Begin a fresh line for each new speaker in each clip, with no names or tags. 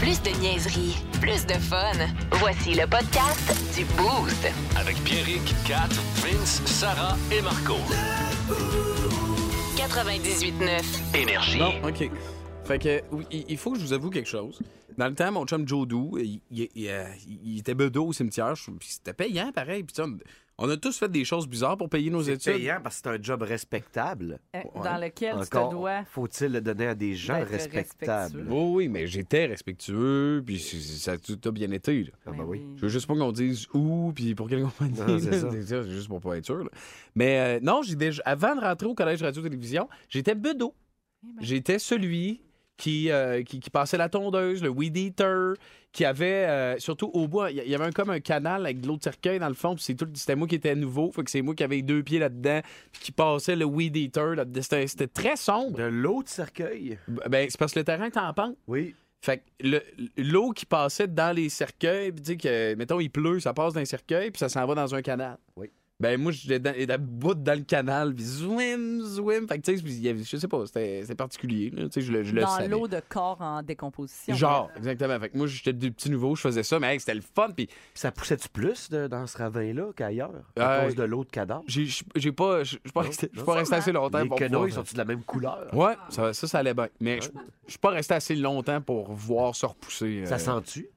Plus de niaiserie, plus de fun. Voici le podcast du Boost.
Avec Pierrick, Kat, Vince, Sarah et Marco.
98.9.
Énergie.
Non, OK. Fait que, oui, il- il faut que je vous avoue quelque chose. Dans le temps, mon chum Joe Doo, il, il- il, euh, il était bedeau au cimetière, je- puis c'était payant pareil. Puis tu sais, on, on a tous fait des choses bizarres pour payer nos
C'est
études.
payant parce que c'est un job respectable.
Euh, dans lequel
Encore,
tu te dois.
faut-il le donner à des gens
d'être
respectables?
respectueux.
Oh Oui, oui, mais j'étais respectueux, puis c- c- ça a tout a bien été. là.
Ah ben
Ben
oui.
Je veux juste pas qu'on dise où, puis pour quelle compagnie.
Non, c'est
là.
ça.
C'est ça, c'est juste pour pas être sûr. là. Mais euh, non, j'ai déjà, avant de rentrer au collège radio-télévision, j'étais bedeau. J'étais celui qui, euh, qui, qui passait la tondeuse, le weed eater, qui avait, euh, surtout au bois, il y- il y avait un- comme un canal avec de l'eau de cercueil dans le fond, puis c'est tout- c'était moi qui était nouveau, fait que c'est moi qui avais les deux pieds là-dedans, puis qui passait le weed eater. là-dedans. C'était c'était très sombre.
De l'eau de cercueil?
Ben, c'est parce que le terrain est en pente.
Oui.
Fait que le- l'eau qui passait dans les cercueils, puis tu sais que, mettons, il pleut, ça passe dans les cercueils, puis ça s'en va dans un canal.
Oui.
Ben, moi, j'étais dans- j'étais à bout dans le canal, puis zwim, zwim. Fait que, tu sais, puis il y avait- je sais pas, c'était c'était particulier, là, tu sais, je le, je le
Dans
savais.
l'eau de corps en décomposition.
Genre, exactement. Fait que moi, j'étais du petit nouveau, je faisais ça, mais hey, c'était le fun, puis
Ça poussait-tu plus de- dans ce ravin-là qu'ailleurs?
Euh,
À cause de l'eau de
Hein?
cadavre?
j'ai j'ai pas, je suis pas resté je suis pas resté assez longtemps
Les
pour
quenouilles
voir.
sont-ils de la même couleur?
Ouais, ça, ça, ça allait bien. Mais je je suis pas resté assez longtemps pour voir se repousser. euh,
Ça sent-tu?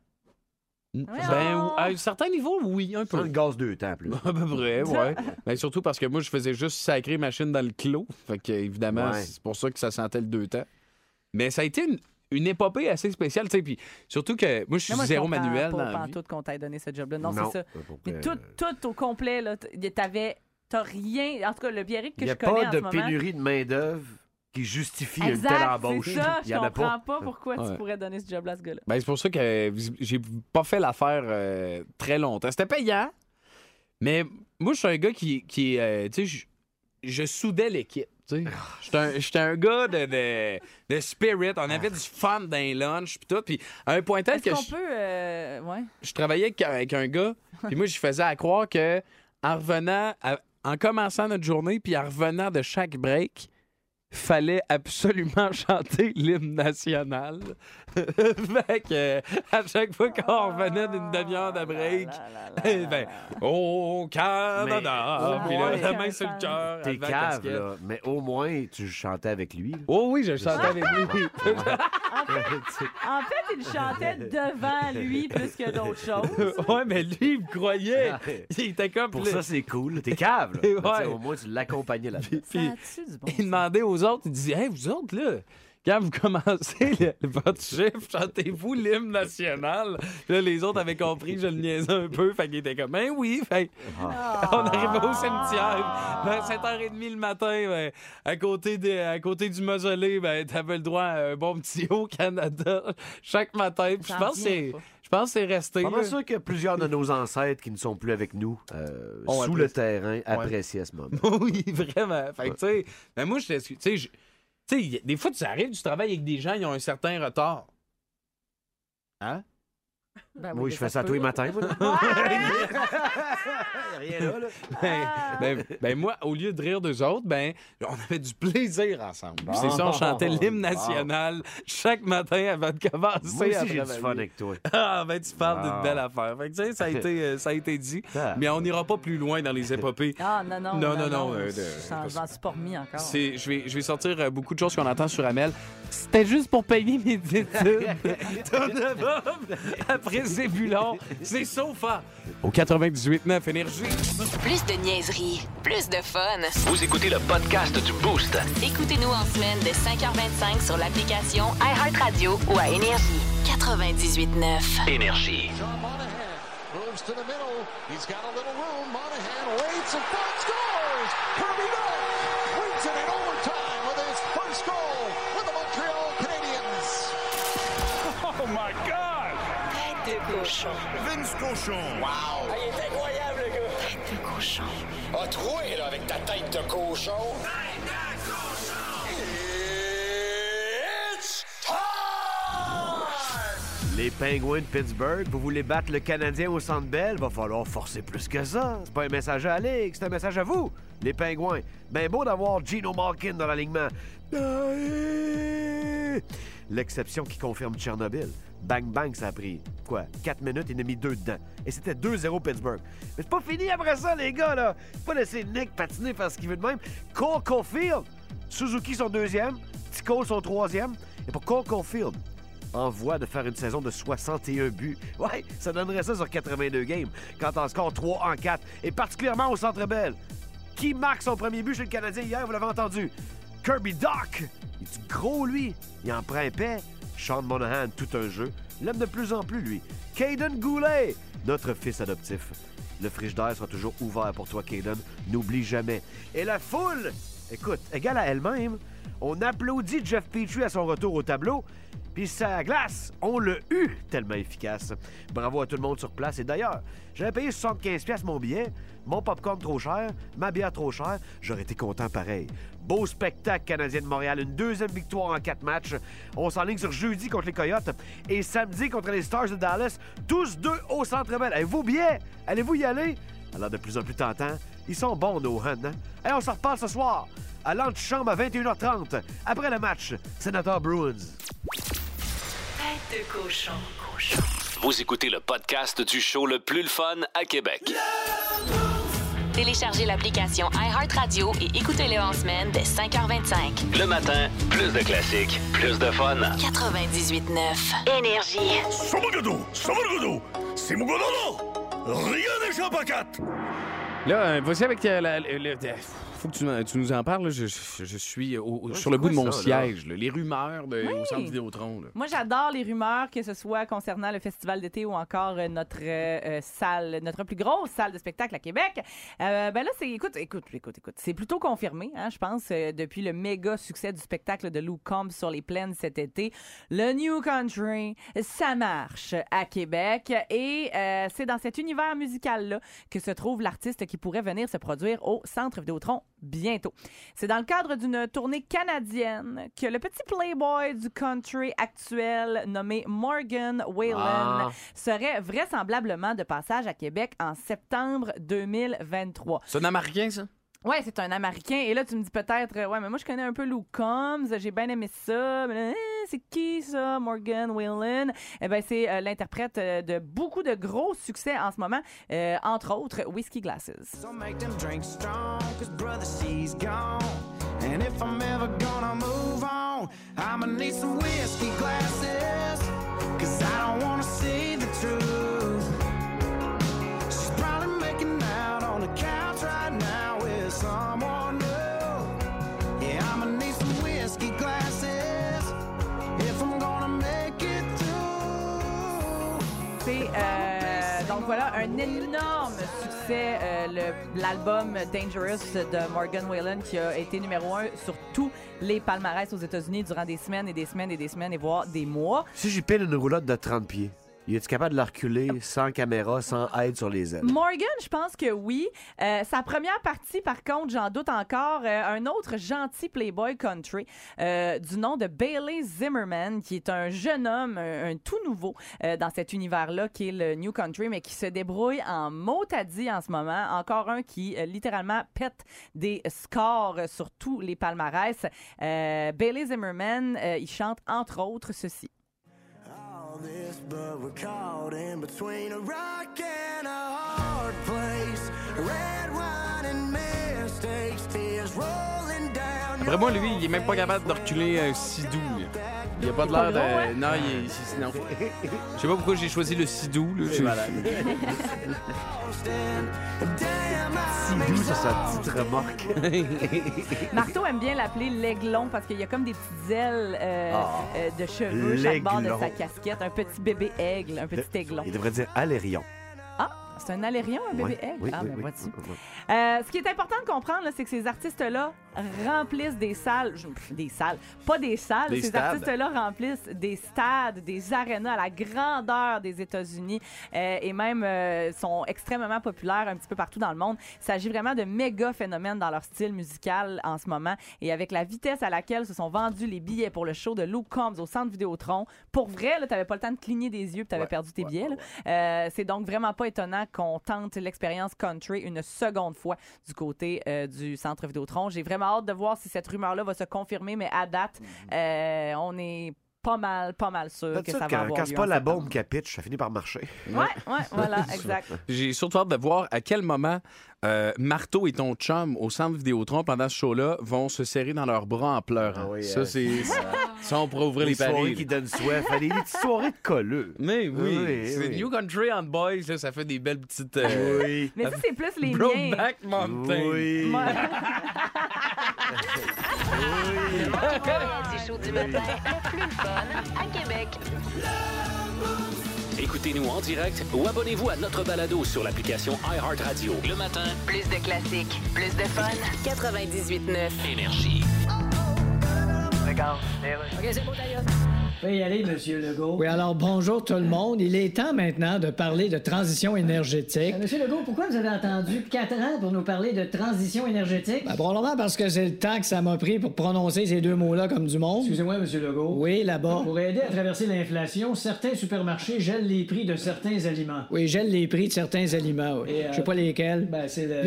Ben, ou- à un certain niveau, oui, un
Ça sent
peu.
le gaz deux temps, plus.
À peu près, ouais. Mais surtout parce que moi, je faisais juste sacrer machine dans le clos. Fait que, évidemment,
Ouais.
c'est pour ça que ça sentait le deux temps. Mais ça a été une, une épopée assez spéciale, tu sais. Puis surtout que moi, je suis
Mais moi,
zéro
comprends
manuel
pas
dans la vie.
pantoute qu'on t'ait donné ce job-là. Non, c'est ça.
à peu près.
Mais tout, tout au complet, là, t- t'avais. T'as rien. En tout cas, le Biarrick
Il
que
n'y
je
a
connais
pas
en
de
ce moment-
pénurie de main-d'œuvre qui justifie une telle
Exact,
embauche.
c'est ça.
Il
Je
y en a
comprends
pas.
pas, pourquoi
Ouais.
tu pourrais donner ce job-là à ce gars-là.
Ben, c'est pour ça que j'ai pas fait l'affaire euh, très longtemps. C'était payant, mais moi, je suis un gars qui. qui euh, tu sais, je- je soudais l'équipe. tu sais.
Ah.
J'étais un, j'étais un gars de, de, de spirit. On avait du fun dans les lunchs, puis tout. Puis à un point tel
Est-ce
que
qu'on
je-
peut. euh, ouais.
je travaillais avec- avec un gars, puis moi, je faisais à croire que en revenant, à- en commençant notre journée, puis en revenant de chaque break, fallait absolument chanter l'hymne national. fait que, à chaque fois qu'on revenait d'une demi-heure de break,
Là, là, là, là,
ben,
là.
au Canada,
Mais-
puis là,
Ouais.
la main sur le cœur.
T'es
avant la
cave,
casquette.
là. Mais au moins, tu chantais avec lui. là.
Oh oui, je chantais avec lui.
En fait, il chantait devant Ah, lui plus que d'autres choses.
ouais, mais lui, il me croyait. Il était comme...
Pour ça, c'est cool. T'es cave, là.
Ouais.
Mais tu sais, Au moins, tu l'accompagnais là-dedans.
Puis-
Ça a-tu du bon
il demandait aux autres, il disait Hey, vous autres, là, quand vous commencez le- le- votre chiffre, chantez-vous l'hymne national. Là, les autres avaient compris, je le niaisais un peu, fait qu'ils étaient comme Ben oui, fait
Ah.
on arrivait au cimetière, vers 7h30 le matin, ben, à, côté de- à côté du mausolée, ben, t'avais le droit à un bon petit haut Canada chaque matin. Puis je
J'en
pense que
reviens
c'est-
pas.
je pense que c'est resté.
Pas
là.
mal sûr que plusieurs de nos ancêtres qui ne sont plus avec nous, euh,
On
sous
apprécie-
le terrain, appréciaient ce moment.
oui, vraiment. Fait que, tu sais, mais moi, je t'excuse. Tu sais, je- tu sais, y- des fois, tu arrives, tu travailles avec des gens, ils ont un certain retard. Hein?
Ben
Ah Oui,
mais
je fais ça tous les
peut.
matins, moi. là. Rien là, là.
Ben, ben- ben, moi, au lieu de rire d'eux autres, ben, on avait du plaisir ensemble. Puis C'est ça, on chantait
Bon,
l'hymne
bon.
national chaque matin avant de commencer
Moi
à
aussi, j'ai du
travailler.
fun avec toi.
Ah, ben, tu parles d'une
Bon.
belle affaire. Fait que, tu sais, ça a été, euh, ça a été dit.
Ah.
Mais on n'ira pas plus loin dans les épopées.
Ah, non, non.
Non, non, non, euh, de-
Je m'en suis pas remis encore.
C'est- je, vais, je vais sortir euh, beaucoup de choses qu'on entend sur Amel. C'était juste pour payer mes études. Ton album, après Zébulon, c'est Sofa. Au 98.9 Énergie.
Plus de niaiserie, plus de fun.
Vous écoutez le podcast du Boost.
Écoutez-nous en semaine de 5h25 sur l'application iHeartRadio ou à Énergie. 98.9.
Énergie.
Sean Monahan moves to the middle. He's got a little room. Monahan waits and finds scores. Kirby Doc wins it in overtime with his first goal with the Montreal Canadiens.
Ah, il est incroyable, le gars. Tête de cochon.
A troué là avec ta tête de cochon. It's time!
Les Penguins de Pittsburgh, vous voulez battre le Canadien au Centre Bell? Va falloir forcer plus que ça. C'est pas un message à la Ligue, c'est un message à vous, les Penguins. Ben beau d'avoir Gino Malkin dans l'alignement. Ben, L'exception qui confirme Tchernobyl. Bang bang, ça a pris quoi? 4 minutes, il en a mis 2 dedans. Et c'était 2-0 Pittsburgh. Mais c'est pas fini après ça, les gars, là! Faut pas laisser Nick patiner faire ce qu'il veut de même. Cole Caulfield! Suzuki son deuxième, Tico son troisième. Et pour Cole Caulfield, en voie de faire une saison de 61 buts. Ouais, ça donnerait ça sur 82 games, quand on score 3 en 4, et particulièrement au Centre Bell. Qui marque son premier but chez le Canadien hier, vous l'avez entendu? Kirby Doc! Il est gros, lui. Il en prend épais. Sean Monahan, tout un jeu. L'aime de plus en plus, lui. Caden Goulet, notre fils adoptif. Le frigidaire sera toujours ouvert pour toi, Caden. N'oublie jamais. Et la foule, écoute, égale à elle-même. On applaudit Jeff Petrie à son retour au tableau. Puis sa glace, on l'a eu tellement efficace. Bravo à tout le monde sur place. Et d'ailleurs, j'avais payé 75$ mon billet, mon popcorn trop cher, ma bière trop chère. J'aurais été content pareil. Beau spectacle canadien de Montréal, une deuxième victoire en quatre matchs. On s'enligne sur jeudi contre les Coyotes et samedi contre les Stars de Dallas. Tous deux au Centre Bell. Avez-vous bien? Allez-vous y aller? Alors de plus en plus tentant, ils sont bons nos Huns. Hein? Et on s'en reparle ce soir à l'antichambre à 21h30 après le match. Sénateur Bruins.
Tête de cochon.
Vous écoutez le podcast du show le plus le fun à Québec.
Téléchargez l'application iHeartRadio et écoutez-le en semaine dès 5h25.
Le matin, plus de classiques, plus de fun.
98.9 Énergie.
C'est mon Rien n'échappe à quatre!
Là, euh, voici avec euh, la- le- le- euh, faut que tu, m'en- tu nous en parles. là. Je, je- je suis au- au- sur le
c'est
bout de
quoi
mon
ça, là?
siège. là. Les rumeurs de,
Oui.
au centre Vidéotron. là.
Moi, j'adore les rumeurs, que ce soit concernant le festival d'été ou encore euh, notre euh, euh, salle, notre plus grosse salle de spectacle à Québec. Euh, ben là, c'est, écoute, écoute, écoute, écoute, c'est plutôt confirmé, hein, je pense, euh, depuis le méga succès du spectacle de Lou Combs sur les plaines cet été. Le New Country, ça marche à Québec. Et euh, c'est dans cet univers musical-là que se trouve l'artiste qui pourrait venir se produire au Centre Vidéotron bientôt. C'est dans le cadre d'une tournée canadienne que le petit playboy du country actuel nommé Morgan Whalen
Ah.
serait vraisemblablement de passage à Québec en septembre 2023.
C'est un Américain, ça?
Ouais, c'est un Américain. Et là, tu me dis peut-être, euh, ouais, mais moi, je connais un peu Lou Combs, j'ai bien aimé ça. Mais là, eh, c'est qui ça, Morgan Whalen? Eh bien, c'est euh, l'interprète euh, de beaucoup de gros succès en ce moment, euh, entre autres Whiskey Glasses.
So make them drinks strong, cause brother, she's gone. And if I'm ever gonna move on, I'ma need some whiskey glasses. Cause I don't wanna see the truth. She's probably making out on the couch right now with someone new. Yeah, I'ma need some whiskey glasses. If I'm gonna make it through.
C'est, euh, donc voilà un énorme succès, euh, le- l'album Dangerous de Morgan Whalen qui a été numéro un sur tous les palmarès aux États-Unis durant des semaines et des semaines et des semaines et voire des mois.
Si j'y pile une roulotte de 30 pieds, y est-tu capable de la reculer sans caméra, sans aide sur les ailes?
Morgan, je pense que oui. Euh, sa première partie, par contre, j'en doute encore, euh, un autre gentil playboy country euh, du nom de Bailey Zimmerman, qui est un jeune homme, un, un tout nouveau euh, dans cet univers-là qui est le New Country, mais qui se débrouille en motadi en ce moment. Encore un qui euh, littéralement pète des scores sur tous les palmarès. Euh, Bailey Zimmerman, euh, il chante entre autres ceci.
All this, but we're caught in between a rock and a hard place. Red wine and mistakes, tears rolling down.
Après moi, lui, il est même pas capable de reculer euh, Sidou. là. Il a pas de
pas
l'air de.
gros, hein?
Non, il est. c'est- non. Je sais pas pourquoi j'ai choisi le Sidou. Là. J'ai-
Damn,
Si doux sur sa petite remorque.
Marteau aime bien l'appeler l'aiglon parce qu'il y a comme des petites ailes euh,
Ah,
euh, de cheveux chaque bord de
l'aiglon.
sa casquette. Un petit bébé aigle, un petit aiglon.
Il devrait dire Alérion.
Ah, c'est un alérion, un bébé
Oui,
aigle.
oui,
ah,
oui,
ben
oui,
vois-tu.
oui, oui.
Euh, ce qui est important de comprendre, là, c'est que ces artistes-là remplissent des salles, je- pff, des salles, pas des salles,
Des
ces
stades.
artistes-là remplissent des stades, des arénas à la grandeur des États-Unis euh, et même euh, sont extrêmement populaires un petit peu partout dans le monde. Il s'agit vraiment de méga phénomènes dans leur style musical en ce moment et avec la vitesse à laquelle se sont vendus les billets pour le show de Lou Combs au Centre Vidéotron, pour vrai, là, t'avais pas le temps de cligner des yeux puis t'avais perdu tes billets. là. Euh, c'est donc vraiment pas étonnant qu'on tente l'expérience country une seconde fois du côté euh, du Centre Vidéotron. J'ai vraiment vraiment hâte de voir si cette rumeur-là va se confirmer, mais à date, euh, on est pas mal, pas mal sûr
T'as
que
dit
ça
ça,
va
quand,
avoir
quand
lieu
c'est
en
pas la
septembre.
bombe qui pitch, ça finit par marcher.
Ouais, ouais, voilà, Ah, exact.
J'ai surtout hâte de voir à quel moment euh, Marteau et ton chum au centre Vidéotron pendant ce show-là vont se serrer dans leurs bras en pleurant.
Ah oui,
ça,
euh,
c'est. ça, on pourrait ouvrir les,
Les soirées
paris.
qui donnent soif. Les petites soirées de colleux.
Mais oui,
Oui,
c'est
oui.
New Country and Boys, là, ça fait des belles petites. euh,
Oui.
Mais ça, c'est plus les miens.
Brokeback Mountain.
Oui.
Du show du matin, le plus fun à Québec.
Écoutez-nous en direct ou abonnez-vous à notre balado sur l'application iHeartRadio. Le matin,
Plus de classiques, plus de fun. 98.9.
énergie.
Oui, alors bonjour tout le monde. Il est temps maintenant de parler de transition énergétique. Euh, Monsieur Legault, pourquoi vous avez attendu quatre ans pour nous parler de transition énergétique? Ben, probablement parce que c'est le temps que ça m'a pris pour prononcer ces deux mots-là comme du monde. Excusez-moi, Monsieur Legault. Oui, là-bas. Pour aider à traverser l'inflation, certains supermarchés gèlent les prix de certains aliments. Oui, gèlent les prix de certains aliments, oui. Je sais pas lesquels. Vu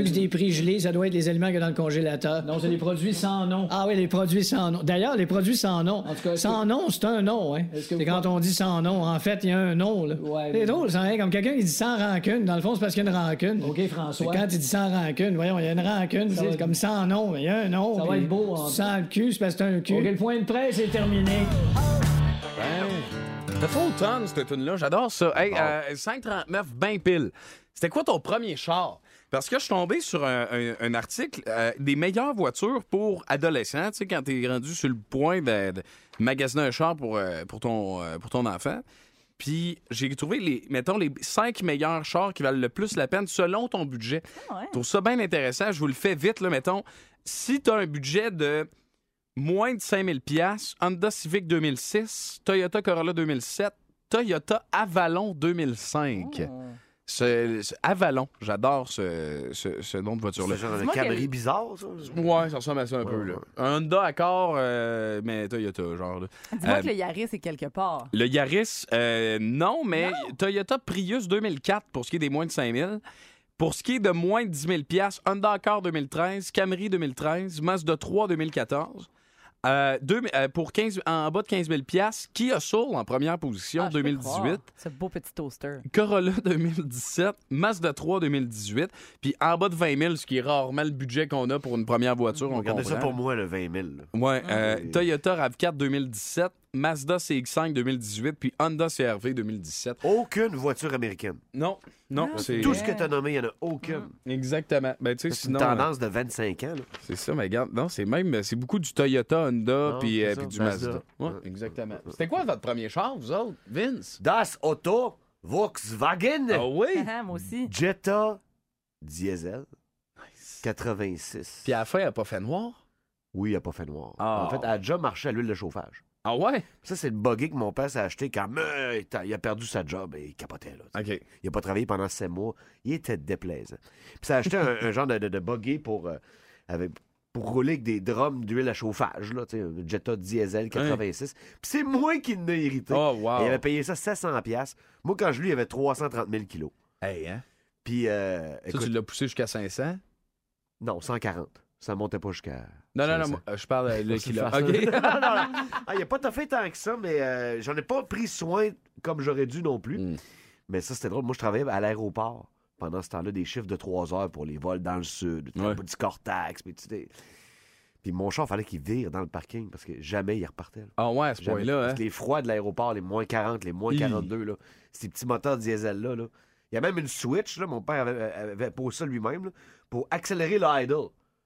que c'est des prix gelés, ça doit être les aliments qu'il y a dans le congélateur. Non, c'est les produits sans nom. Ah oui, les produits sans nom. D'ailleurs, les produits sans nom. sans nom, c'est un nom, hein. C'est quand on dit sans nom, en fait, il y a un nom, là. c'est drôle, ça, hein, comme quelqu'un qui dit sans rancune. Dans le fond, c'est parce qu'il y a une rancune. OK, François. Quand il dit sans rancune, voyons, il y a une rancune, c'est comme sans nom, mais il y a un nom. Ça va être beau, Sans le cul, c'est parce que c'est un cul. OK, le point de presse est terminé.
Ça fait automne, cette tune-là. J'adore ça. Hey, euh, 539, ben pile. C'était quoi ton premier char? Parce que je suis tombé sur un, un- un article euh, des meilleures voitures pour adolescents. Tu sais, quand t'es rendu sur le point de, de magasiner un char pour, euh, pour, ton, euh, pour ton enfant. Puis j'ai trouvé, les, mettons, les cinq meilleurs chars qui valent le plus la peine selon ton budget.
ouais.
Je trouve ça bien intéressant. Je vous le fais vite, là, mettons. Si t'as un budget de moins de 5000 pièces, Honda Civic 2006, Toyota Corolla 2007, Toyota Avalon 2005. Ce- ce- Avalon, j'adore ce, ce- ce nom de
C'est
voiture-là.
le genre de
Dis-moi
cabri
quel-
bizarre, ça.
Ouais, ça ressemble à ça un peu. Là. Un Honda Accord, euh, mais Toyota, genre. là.
Dis-moi
Euh,
que le Yaris est quelque part.
Le Yaris, euh, non, mais Toyota Prius 2004 pour ce qui est des moins de 5000. Pour ce qui est de moins de 10 000 Honda Accord 2013, Camry 2013, Mazda 3 2014. Euh, deux- euh, pour 15, en bas de 15 000 Kia Soul en première position
Ah, je peux
2018.
croire. Ce beau petit toaster.
Corolla 2017, Mazda 3 2018, puis en bas de 20 000, ce qui est rarement le budget qu'on a pour une première voiture, on
Regardez ça
comprend.
pour moi, le 20 000. là. Ah,
Ouais, euh, Toyota RAV4 2017, Mazda CX5 2018, puis Honda CRV 2017.
Aucune voiture américaine.
Non, non, c'est
Tout ce que t'as nommé, il n'y en a aucune.
exactement. Ben tu sais
C'est une
sinon euh,
tendance de 25 ans. là.
c'est ça mais regarde, non, c'est même euh, c'est beaucoup du Toyota Honda
Non,
puis
c'est
euh,
ça,
puis du
Mazda.
Mazda. Ouais,
Ouais.
exactement. C'était quoi votre premier char vous autres, Vince
Das Auto Volkswagen
Ah oui.
Ah, Moi aussi.
Jetta Diesel 86.
Puis à la fin, elle a pas fait noir.
Oui, elle a pas fait noir.
Ah.
En fait, elle a déjà marché à l'huile de chauffage.
Ah ouais.
Ça, c'est le buggy que mon père s'est acheté quand euh, il a perdu sa job et il capotait. Là, tu sais.
OK.
Il n'a pas travaillé pendant sept mois. Il était déplaisant. Puis ça a acheté un, un genre de, de, de buggy pour, euh, avec, pour rouler avec des drums d'huile à chauffage, là, tu sais, un Jetta diesel 86. Puis c'est moi qui l'ai hérité.
Hein? Oh wow.
Et Il avait payé ça 700$. piastres. Moi, quand je lui, il avait 330 000 kilos.
Hey, hein?
Puis, euh,
Ça,
écoute,
tu l'as poussé jusqu'à 500?
non, 140. Ça montait pas jusqu'à.
Non, non, non,
500.
moi, euh, je parle euh, le
Faut que tu
kilo.
fasses ça.
OK.
Non, non, non. Ah, il a pas fait tant que ça, mais euh, j'en ai pas pris soin comme j'aurais dû non plus.
Mm.
Mais ça, c'était drôle. Moi, je travaillais à l'aéroport pendant ce temps-là, des chiffres de 3 heures pour les vols dans le sud,
Ouais.
du Cortex. Puis, tu sais. puis mon char, fallait qu'il vire dans le parking parce que jamais il repartait. là.
Ah ouais, à ce
Jamais.
point-là,
Parce
hein?
que les froids de l'aéroport, les moins 40, les moins
Hi.
42, là, ces petits moteurs diesel-là. là. Il y a même une switch, là, mon père avait, avait posé ça lui-même, là, pour accélérer le idle,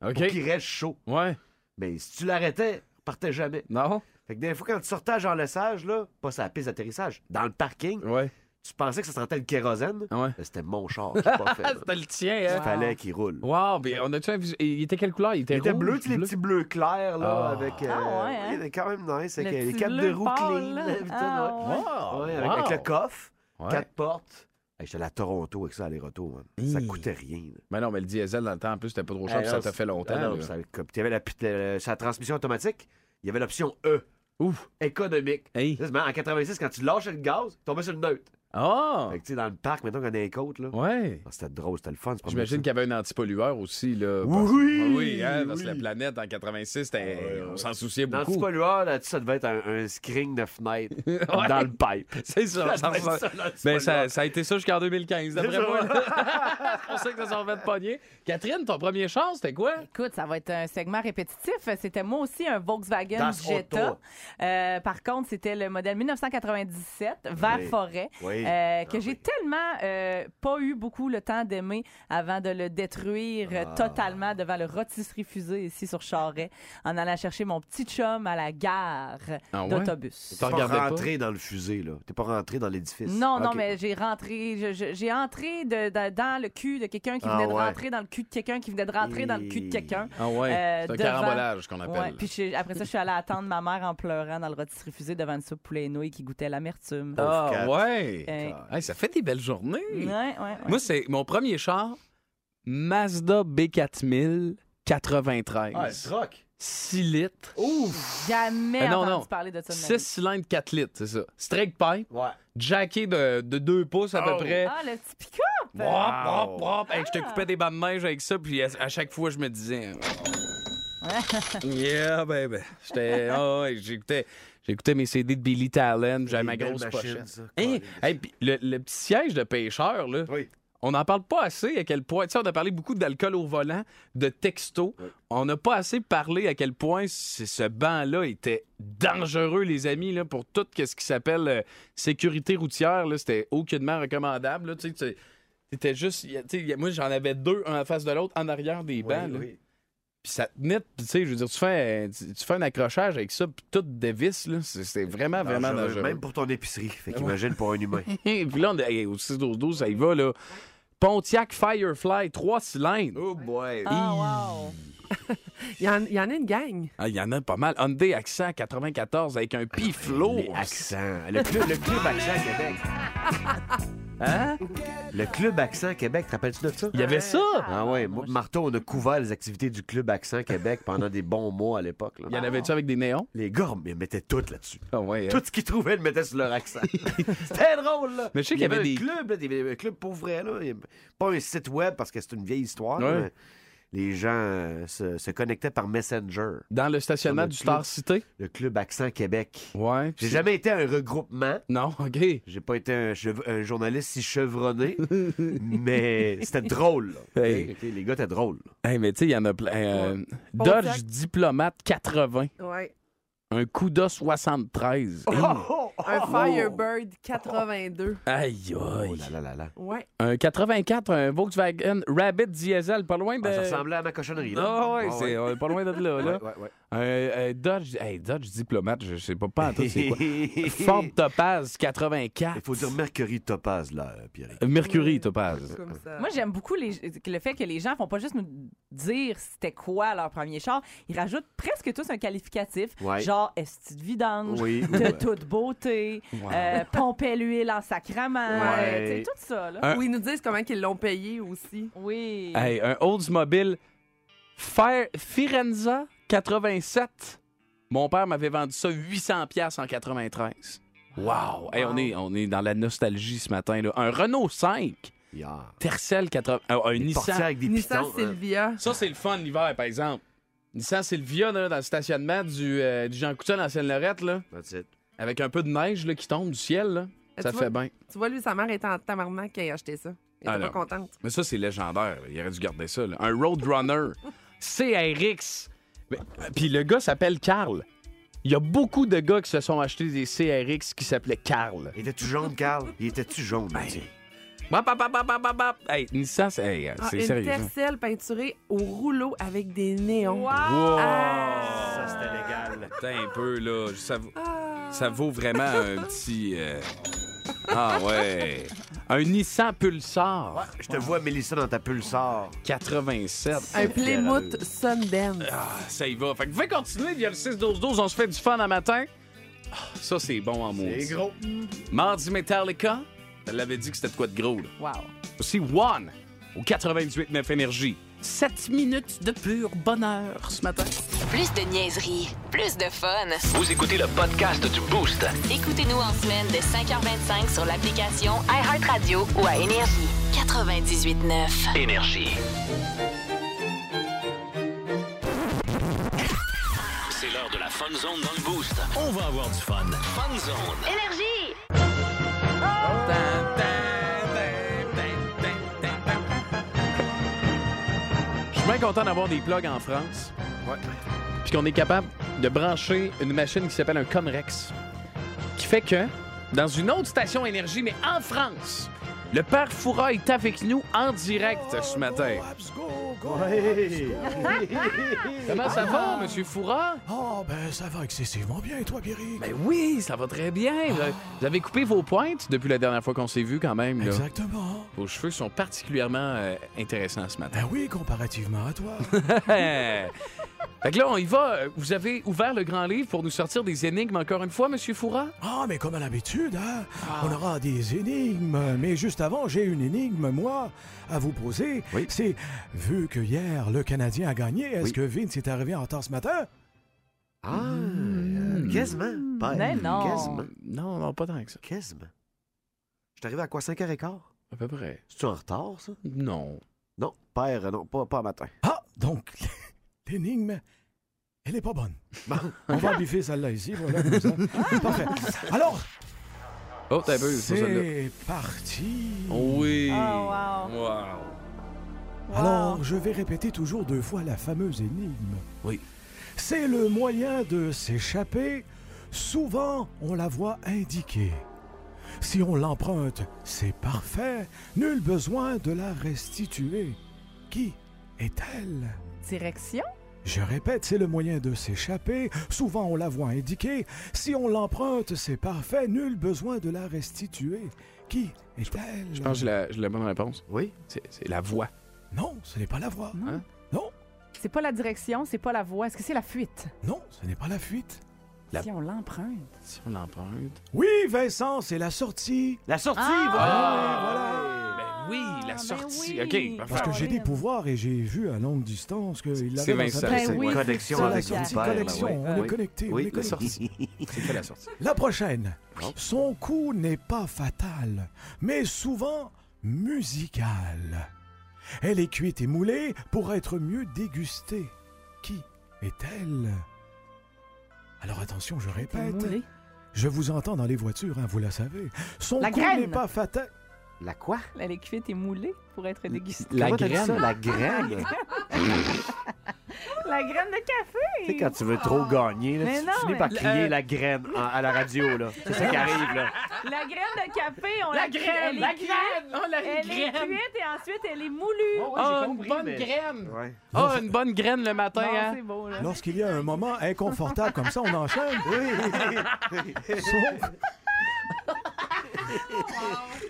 pour
OK.
qu'il reste chaud.
Ouais.
Mais si tu l'arrêtais, il partait jamais.
Non?
Fait que des fois, quand tu sortais à Jean Lesage, là, pas sur la piste d'atterrissage, dans le parking,
Ouais.
tu pensais que ça sentait le kérosène.
Ah ouais.
Ben, C'était mon char qui pas fait. là.
C'était le tien, hein.
Il fallait qu'il roule.
Wow, mais on a-tu un visu- Il était quelle couleur? Il était
Il était
rouge,
bleu, tu sais, les petits bleus clairs, là,
Ah.
avec. euh,
Ah ouais, hein?
Il était quand même nice, avec
Le
euh, les
petit
quatre de
bleu
roue
pâle,
clean.
là.
là, puis tout,
Ah
ouais.
Wow,
Ouais, avec, avec le
wow.
coffre,
Ouais.
quatre portes. Hey, J'étais allé à Toronto avec ça, aller-retour. man. Ça
Hi.
coûtait rien. là.
Mais non, mais le diesel, dans le temps, en plus, c'était pas trop cher,
Hey,
puis
non,
ça t'a
c'est-
fait longtemps.
Ah non,
là.
ça- comme- puis il y avait la, pit- la- la- sa transmission automatique, il y avait l'option E,
Ouf!
économique.
Hey.
Là, c'est marrant, En 86, quand tu lâches le gaz, tu tombais sur le neutre.
Ah!
Fait que, tu sais, dans le parc, mettons qu'on a des côtes, là. Ah,
Ouais.
c'était drôle, c'était le fun. c'est pas mal
J'imagine
ça.
qu'il y avait un antipollueur aussi. Là,
Oui,
parce- Ah oui, hein,
oui. Ah
parce que la planète en 86, c'était- on s'en souciait
Dans le
beaucoup.
pollueur, là, ça devait être un, un screen de fenêtre
Ouais.
dans le pipe.
C'est ça. ça
devait être
ressemble-
là,
Ben,
l'antipollueur.
ça, ça a été ça jusqu'en 2015, d'après
C'est
moi.
ça.
là. C'est pour ça que ça s'en fait de pogner. Catherine, ton premier chance, c'était quoi?
Écoute, ça va être un segment répétitif. C'était moi aussi un Volkswagen
Das
Jetta.
Auto.
Euh, par contre, c'était le modèle 1997, vert
Oui.
forêt,
Oui.
euh, que j'ai tellement euh, pas eu beaucoup le temps d'aimer avant de le détruire euh,
Ah.
totalement devant le rôtisserie fusée ici sur Charret, en allant chercher mon petit chum à la gare
Ah
d'autobus.
T'es pas rentré dans le fusée, là. T'es pas rentré dans l'édifice.
Non, non,
Ok.
mais j'ai rentré, je- je- j'ai entré de- de- dans le cul de quelqu'un qui
Ah
venait de
ouais.
rentrer dans le cul de quelqu'un qui venait de rentrer dans le cul de quelqu'un. euh,
Ah ouais, c'est un carambolage qu'on appelle.
Ouais, Puis j'ai- après ça, je suis allée attendre ma mère en pleurant dans le rôtisserie fusée devant une soupe poulet et nouilles qui goûtait l'amertume.
Ah ouais!
Euh,
Hey, ça fait des belles journées.
Ouais, ouais, ouais.
Moi, c'est mon premier char, Mazda B4000 93.
Ah, le
troc.
6 litres.
Ouf!
Jamais
Euh, non,
entendu
non.
parler de ça. de ma
6 cylindres 4 litres, c'est ça. Straight pipe. Jacké de, de 2 pouces à
vie.
peu près.
Ah, le petit pick-up!
Wop, Oh. wop, wop. Hey, je te coupais des bas de neige avec ça, puis à, à chaque fois, je me disais. hein. yeah, baby. J'étais. ah ouais, j'écoutais. J'écoutais mes CD de Billy Talent, j'avais ma
des
grosse
belles
pochette.
machines, ça.
Hey, hey, puis le, le petit siège de pêcheur, là, on n'en parle pas assez à quel point. Tu sais, on a parlé beaucoup d'alcool au volant, de texto. On n'a pas assez parlé à quel point c- ce banc-là était dangereux, les amis, là, pour tout ce qui s'appelle euh, sécurité routière. là. C'était aucunement recommandable. là. Tu sais, tu- c'était juste. y a- tu sais, y a- moi, j'en avais deux, un en face de l'autre, en arrière des bancs. là. Puis ça tenait, tu sais, je veux dire, tu fais, un, tu, tu fais un accrochage avec ça, puis tout dévisse, là. C'est c'est vraiment, vraiment
Dangereux,
dangereux.
Ah, Même pour ton épicerie. Fait qu'imagine pour un humain.
puis là, on est hey, au 6-12-12, ça y va, là. Pontiac Firefly, 3 cylindres.
Oh boy.
Ah,
Il y, en, il y en a une gang.
Ah, Il y en a pas mal. Hyundai Accent 94 avec un pif lourd.
Accent. Ah, Le club, le club Accent Québec. Hein? Le Club Accent Québec, te rappelles-tu de ça? Il
y avait ça!
Ah ouais, moi, pis Marteau, on a couvert les activités du Club Accent Québec pendant des bons mois à l'époque. Il
y en avait-tu avec des néons?
Les gars, mais ils mettaient tout là-dessus.
hein?
Tout ce qu'ils trouvaient, ils le mettaient sur leur accent. C'était drôle, là!
Mais je sais qu'il y avait
un
des-
club, là, des- un club pour vrai, là. Il y avait Pas un site web, parce que c'est une vieille histoire,
Ouais.
mais les gens euh, se, se connectaient par Messenger.
Dans le stationnement du Star Cité?
Le Club Accent Québec.
Ouais.
J'ai jamais été à un regroupement.
Non, OK.
J'ai pas été un, chev- un journaliste si chevronné, mais c'était drôle. là.
Hey.
Ok, Les gars étaient drôles.
Hey, mais tu sais, il y en a plein. euh,
Pontiac.
Dodge Diplomate 80.
Ouais.
Un Cuda 73.
Oh!
Oh,
Un Firebird 82.
Aïe, aïe.
Oh Ah,
Ouais.
Un 84, un Volkswagen Rabbit Diesel, pas loin de.
Ah, ça ressemblait à ma cochonnerie. Là.
Ah ouais,
Ah
c'est on est pas loin de là. là.
Ouais, ouais, ouais.
Un, euh, Dodge, hey, Dodge diplomate, je sais pas, pas en tout c'est quoi. Ford Topaz 84. Il
faut dire Mercury Topaz là, Pierre.
Mercury
Ah,
Topaz.
euh,
Moi, j'aime beaucoup les- le fait que les gens font pas juste nous dire c'était quoi leur premier char. Ils rajoutent presque tous un qualificatif,
Ouais.
genre esti de vidange,
Oui,
de
ouais.
toute beauté,
Ouais.
euh, pomper l'huile en sacrament,
Ouais.
euh, tu sais, tout ça. Là.
Un-
Où ils nous disent comment ils l'ont payé aussi.
Oui.
Hey, un Oldsmobile Fire- Firenza 87. Mon père m'avait vendu ça 800 pièces en 93. Wow, Hey, on est on est dans la nostalgie ce matin là. Un Renault 5. Tercel 80 euh, un Nissan
portières avec des Nissan pitons, hein.
Sylvia.
Ça c'est le fun l'hiver par exemple. Nissan Sylvia là, dans le stationnement du, euh, du Jean Coutu dans Seine-Lorette là. Avec un peu de neige là, qui tombe du ciel là.
Euh,
Ça
tu
fait
vois-
bien.
Tu vois, lui, sa mère était en tabarnak quand il a acheté ça. Elle était
Alors. Ben,
pas contente.
Mais ça, c'est légendaire. là. Il aurait dû garder ça. là. Un Roadrunner. CRX. Mais- Puis le gars s'appelle Carl. Il y a beaucoup de gars qui se sont achetés des CRX qui s'appelaient Carl.
Il était-tu jaune, Carl? Il était-tu jaune?
Bap, bap, bap, bap, bap, bap, bap. Hey, Nissan, c'est hey,
Ah,
c'est
une
sérieux. hein. ça.
tercelle peinturée au rouleau avec des néons.
Wow!
Ah!
Attends un peu, là. Ça, vaut- ça vaut vraiment un petit... euh, Ah ouais. Un Nissan Pulsar.
Je te vois, Mélissa, dans ta pulsar.
87.
Un Plymouth Sundance.
Ah, Ça y va. Fait que vous pouvez continuer via le 6-12-12. On se fait du fun un matin. Ah, Ça, c'est bon en mots.
C'est gros.
Mardi Metallica. Elle l'avait dit que c'était de quoi de gros, là.
Wow.
Aussi One au 88 9 Énergie.
7 minutes de pur bonheur ce matin.
Plus de niaiserie, plus de fun.
Vous écoutez le podcast du Boost.
Écoutez-nous en semaine de 5h25 sur l'application iHeartRadio ou à Énergie. 98.9.
Énergie. C'est l'heure de la Fun Zone dans le Boost. On va avoir du fun. Fun Zone.
Énergie!
Je suis bien content d'avoir des plugs en France. Puis qu'on est capable de brancher une machine qui s'appelle un Comrex. Qui fait que, dans une autre station énergie, mais en France, le père Foura est avec nous en direct ce matin. Comment ça va, Monsieur Foura?
Oh, Ah. ben ça va excessivement bien, et toi, Pierre.
Ben oui, ça va très bien. Vous avez- Vous avez coupé vos pointes depuis la dernière fois qu'on s'est vu quand même. là.
Exactement.
Vos cheveux sont particulièrement euh, intéressants ce matin.
Ben oui, comparativement à toi.
fait que là, on y va. Euh, Vous avez ouvert le grand livre pour nous sortir des énigmes encore une fois, Monsieur Foura?
Ah, mais comme à l'habitude, hein,
Ah.
on aura des énigmes. Mais juste avant, j'ai une énigme, moi, à vous poser. C'est, vu que hier, le Canadien a gagné, est-ce que Vince est arrivé en retard ce matin? Ah,
quasiment. Pas-
Hmm. Mais non.
Quasiment.
Non, non, pas tant que ça.
Quasiment. Je suis arrivé à quoi, 5h15?
À peu près.
C'est-tu en retard, ça?
Non.
Non, père, euh, non, pas, pas à matin.
Ah, donc, l'énigme, elle est pas bonne. on va biffer celle-là ici, voilà, comme ça. Parfait. Alors,
Oh, t'as un peu, c'est pas celle-là.
c'est parti.
Oui.
Ah,
wow.
Alors, je vais répéter toujours deux fois la fameuse énigme.
Oui.
C'est le moyen de s'échapper. Souvent, on la voit indiquée. Si on l'emprunte, c'est parfait. Nul besoin de la restituer. Qui est-elle
Direction?
Je répète, c'est le moyen de s'échapper. Souvent, on la voit indiquée. Si on l'emprunte, c'est parfait. Nul besoin de la restituer. Qui est-elle
Je pense que j'ai la, j'ai la bonne réponse.
Oui.
C'est c'est la voix.
Non, ce n'est pas la voix.
Hein?
C'est pas la direction, c'est pas la voie. Est-ce que c'est la fuite?
Non, ce n'est pas la fuite. La-
Si on l'emprunte.
Si on l'emprunte.
Oui, Vincent, c'est la sortie. Ah,
La sortie,
Ah! Ben oui,
Ah,
la sortie. OK, parfait.
Parce que j'ai des pouvoirs et j'ai vu à longue distance qu'il avait
C'est
dans
Vincent.
sa tête.
Ben oui,
Connexion
C'est la
avec
sortie,
mon père,
connexion.
là, ouais.
On
Oui.
est connecté.
Oui,
on est
la
connecté.
sortie.
C'était la sortie.
La prochaine. Son coup n'est pas fatal, mais souvent musical. Elle est cuite et moulée pour être mieux dégustée. Qui est-elle Alors attention, je répète.
moulée.
Je vous entends dans les voitures, hein, vous la savez. Son
La
coup
graine.
n'est pas fatal.
La quoi
Elle est cuite et moulée pour être dégustée.
Comment t'as dit ça, La graine.
La graine de café! Oh.
Tu sais, quand tu veux trop gagner, là,
Mais
tu
non,
finis
mais-
par crier
Euh,
la graine en- à la radio. là. C'est ça qui arrive. là.
La graine de café, on
La
la,
graine,
elle est
la
cuite,
graine! Oh, la
elle est
graine!
cuite et ensuite elle est moulue.
ouais, j'ai Ah,
une compris, bonne mais- graine!
Ouais.
Ah, une bonne graine le matin,
Non,
hein?
c'est beau, là.
Lorsqu'il y a un moment inconfortable comme ça, on enchaîne. Son-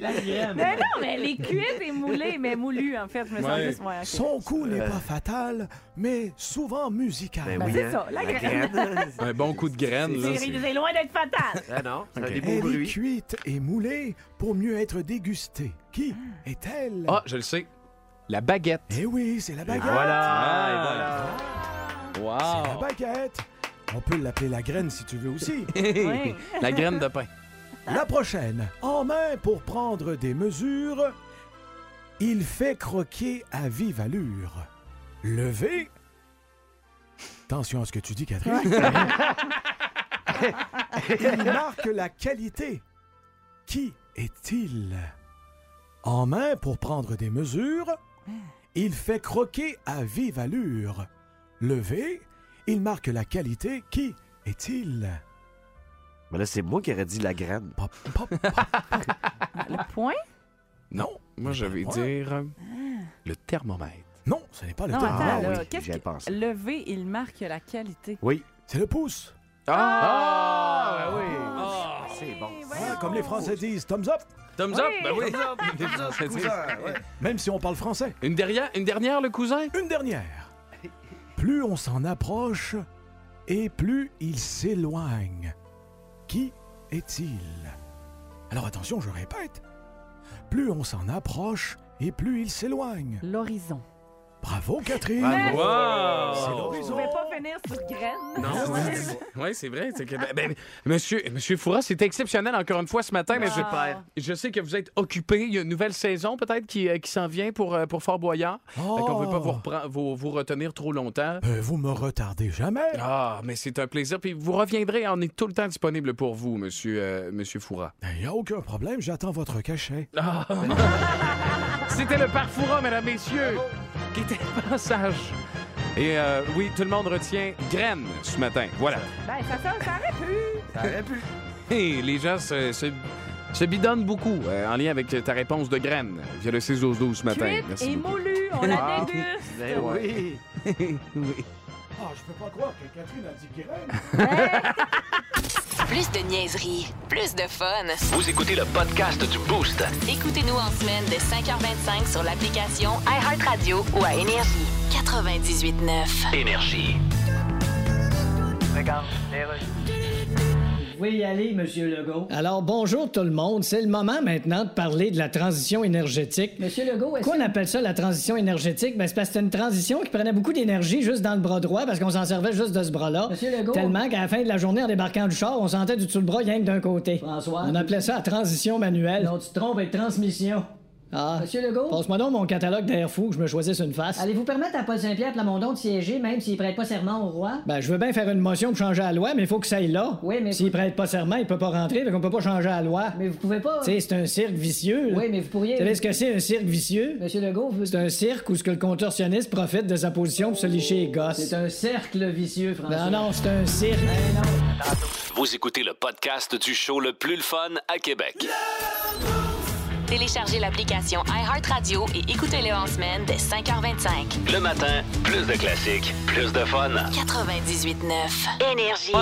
La graine. Mais non, mais elle est cuite et moulée, mais moulue en fait. Je me sens
Ouais.
juste. ouais, ok. Euh.
Son coup n'est pas fatal, mais souvent musical.
Ben oui, C'est hein, ça, la la graine. graine.
Un bon coup de graine, là.
C'est
c'est-
c'est loin d'être fatal.
Ah non,
ça a Ok. des beaux
Elle est
bruits.
cuite et moulée pour mieux être dégustée. Qui est-elle?
Ah, je le sais. La baguette. Ah,
Eh oui, c'est la baguette. Ah,
Voilà.
C'est la
Wow.
baguette. On peut l'appeler la graine si tu veux aussi.
Oui. La graine de pain.
La prochaine. En main pour prendre des mesures, il fait croquer à vive allure. Levé. Attention à ce que tu dis, Catherine. il marque la qualité. Qui est-il? En main pour prendre des mesures, il fait croquer à vive allure. Levé, il marque la qualité. Qui est-il?
Mais là, c'est moi qui aurais dit la graine.
Le point?
Non, moi, je vais dire euh, le thermomètre.
Ah. Non, ce n'est pas
Ah. Non,
Ah
attends, là, qu'est-ce
j'y ai
que-
pensé.
Levé, il marque la qualité.
Oui.
C'est le pouce.
Ah, ben oui.
c'est bon.
Ah, comme les Français disent, thumbs up.
Thumbs up, ben oui. Les Français disent.
Même si on parle français.
Une dernière, une dernière, le cousin?
Une dernière. Plus on s'en approche et plus il s'éloigne. Qui est-il? Alors attention, je répète. Plus on s'en approche et plus il s'éloigne.
L'horizon.
Bravo, Catherine.
Bravo.
C'est
Wow.
Je pouvais pas finir sur graine.
Oh. Non, oui, c'est vrai. c'est que- ben, ben, monsieur, monsieur Foura, c'est exceptionnel encore une fois ce matin, mais je-
Super.
je, sais que vous êtes occupé. Il y a une nouvelle saison peut-être qui, euh, qui s'en vient pour, euh, pour Fort Boyard. Fait qu'on ne veut pas vous, repren- vous, vous retenir trop longtemps.
Oh. Euh, vous me retardez jamais.
Ah, mais c'est un plaisir. Puis vous reviendrez, on est tout le temps disponible pour vous, monsieur, euh, monsieur Foura.
Il n'y a aucun problème, j'attends votre cachet.
Ah. C'était le Parfoura, mesdames, messieurs, qui était le passage. Et euh, oui, tout le monde retient graines ce matin. Voilà.
Ben, ça, ça, ça aurait pu.
Et les gens se, se- se bidonnent beaucoup euh, en lien avec ta réponse de graines via le 6 12 12 ce matin.
Cuite
Merci
et
beaucoup.
moulu, on la
Ah.
déguste.
Ben ouais. oui.
Ah, je peux pas croire que Catherine a dit graine.
Plus de niaiserie, plus de fun.
Vous écoutez le podcast du Boost.
Écoutez-nous en semaine de 5h25 sur l'application iHeartRadio ou à Énergie. 98.9.
Énergie.
Regarde,
Vous pouvez y aller, Monsieur Legault. Alors, bonjour tout le monde. C'est le moment maintenant de parler de la transition énergétique. Monsieur Legault, est-ce qu'on appelle ça la transition énergétique? Ben, c'est parce que c'était une transition qui prenait beaucoup d'énergie juste dans le bras droit parce qu'on s'en servait juste de ce bras-là. Monsieur Legault. Tellement qu'à la fin de la journée, en débarquant du char, on sentait du dessous le bras rien que d'un côté. François. On appelait ça la transition manuelle. Non, tu te trompes avec transmission. Ah. Monsieur Legault. Passe-moi donc mon catalogue d'air fou que je me choisisse une face.
Allez-vous permettre à Paul Saint-Pierre Plamondon de siéger, même s'il prête pas serment au roi?
Ben, je veux bien faire une motion pour changer la loi, mais il faut que ça aille là. Oui, mais. S'il prête pas serment, il peut pas rentrer, donc on peut pas changer la loi. Mais vous pouvez pas. Tu sais, c'est un cirque vicieux. là.
Oui, mais vous pourriez.
Vous savez ce que c'est, un cirque vicieux? Monsieur Legault, C'est un cirque où ce que le contorsionniste profite de sa position pour se licher les gosses.
C'est un cercle vicieux, François. Ben
Non, non, c'est un cirque.
Vous écoutez le podcast du show le plus le fun à Québec.
Téléchargez l'application iHeartRadio et écoutez-le en semaine de 5h25.
Le matin, plus de classiques, plus de fun.
98.9. Énergie.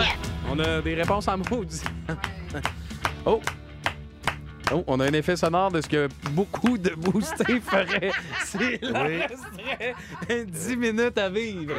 On a des réponses en maudit. Oh! Oh, on a un effet sonore de ce que beaucoup de boostés feraient. C'est là.
Oui.
resterait 10 minutes à vivre.